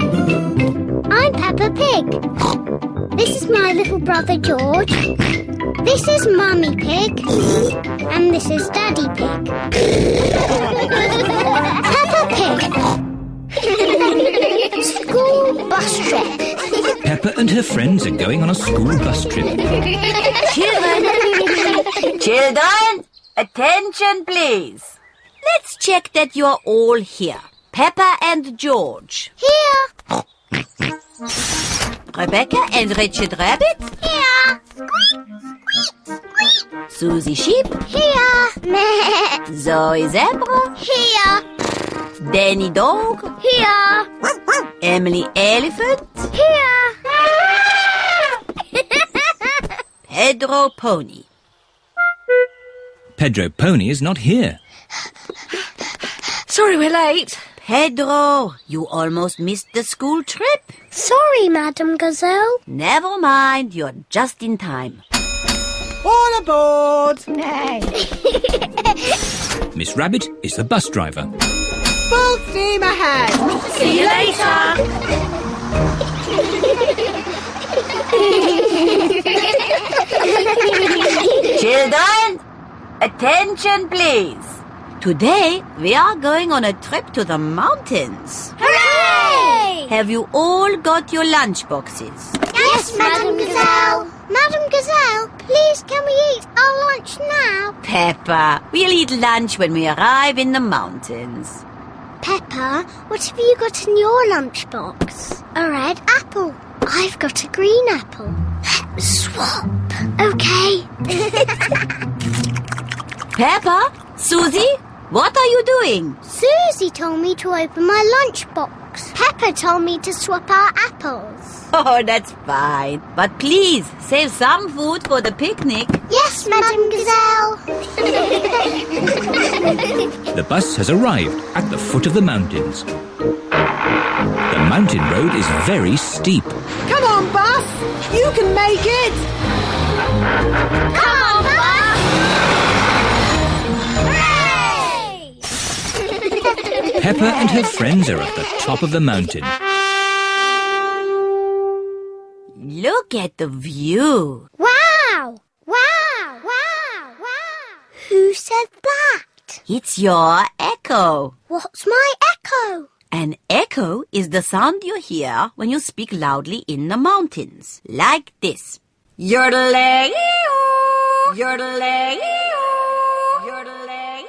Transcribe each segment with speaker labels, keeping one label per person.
Speaker 1: I'm Peppa Pig. This is my little brother George. This is Mummy Pig. And this is Daddy Pig. Peppa Pig. School bus trip.
Speaker 2: Peppa and her friends are going on a school bus trip.
Speaker 3: Children, attention please. Let's check that you're all here. Peppa and George,
Speaker 1: Here.
Speaker 3: Rebecca and Richard Rabbit,
Speaker 1: Here.
Speaker 3: Susie Sheep,
Speaker 1: Here. Meh.
Speaker 3: Zoe Zebra,
Speaker 1: Here.
Speaker 3: Danny Dog,
Speaker 1: Here.
Speaker 3: Emily Elephant,
Speaker 1: Here.
Speaker 3: Pedro Pony.
Speaker 2: Pedro Pony is not here.
Speaker 4: Sorry we're late.
Speaker 3: Pedro, you almost missed the school trip.
Speaker 1: Sorry, Madam Gazelle.
Speaker 3: Never mind, you're just in time.
Speaker 5: All aboard!
Speaker 2: Miss Rabbit is the bus driver.
Speaker 5: Full steam ahead!
Speaker 4: See you later.
Speaker 3: Children, attention please. Today, we are going on a trip to the mountains.
Speaker 1: Hooray!
Speaker 3: Have you all got your lunchboxes?
Speaker 1: Yes, Madam Gazelle. Madam Gazelle, please can we eat our lunch now?
Speaker 3: Peppa, we'll eat lunch when we arrive in the mountains.
Speaker 1: Peppa, what have you got in your lunchbox? A red apple. I've got a green apple. Let's swap. Okay.
Speaker 3: Peppa, Susie, what are you doing?
Speaker 1: Susie told me to open my lunchbox. Peppa told me to swap our apples.
Speaker 3: Oh, that's fine. But please, save some food for the picnic.
Speaker 1: Yes, Madam Gazelle.
Speaker 2: The bus has arrived at the foot of the mountains. The mountain road is very steep.
Speaker 5: Come on, bus! You can make it!
Speaker 1: Come on, Buzz! Hooray!
Speaker 2: Peppa and her friends are at the top of the mountain.
Speaker 3: Look at the view.
Speaker 1: Wow! Wow! Wow! Wow! Who said that?
Speaker 3: It's your echo.
Speaker 1: What's my echo?
Speaker 3: An echo is the sound you hear when you speak loudly in the mountains, like this. Yodeling, yodeling, yodeling.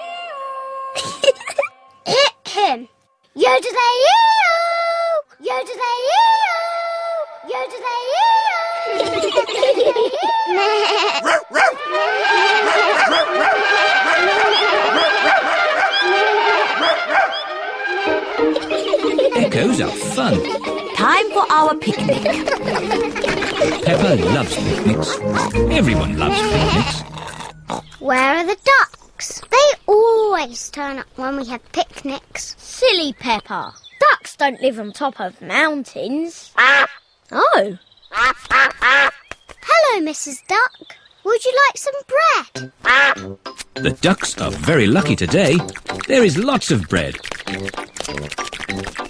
Speaker 1: Hit him! Yodelay-ee-oh! Yodelay-ee-oh! Yodelay-ee-oh!
Speaker 2: Echoes are fun.
Speaker 3: Time for our picnic.
Speaker 2: Peppa loves picnics. Everyone loves picnics.
Speaker 1: Where are the ducks? They always turn up when we have picnics.
Speaker 6: Silly Pepper. Ducks don't live on top of mountains. Oh,
Speaker 1: Hello, Mrs. Duck. Would you like some bread?
Speaker 2: The ducks are very lucky today. There is lots of bread.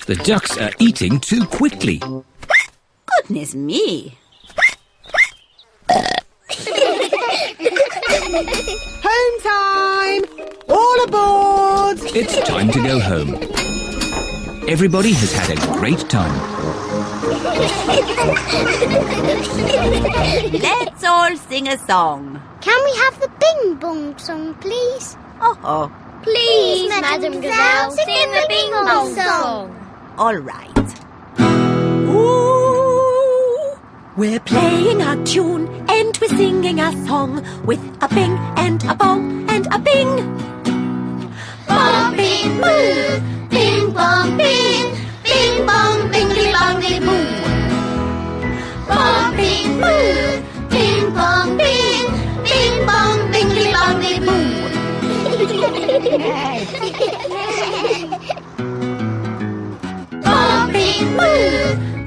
Speaker 2: The ducks are eating too quickly.
Speaker 3: Goodness me.
Speaker 5: Home time! All aboard!
Speaker 2: It's time to go home. Everybody has had a great time.
Speaker 3: Let's all sing a song.
Speaker 1: Can we have the Bing Bong song, please?
Speaker 3: Oh, oh.
Speaker 6: please, Madam Gazelle, sing the Bing Bong song.
Speaker 3: All right. Ooh, we're playing a tune and we're singing a song with a bing and a bong and a bing.
Speaker 6: Bobbing boo, bing bong bing, bing bong bingly bongly boo. Bobbing boo, bing bong bing, bing bong bingly bongly boo. Bobbing boo,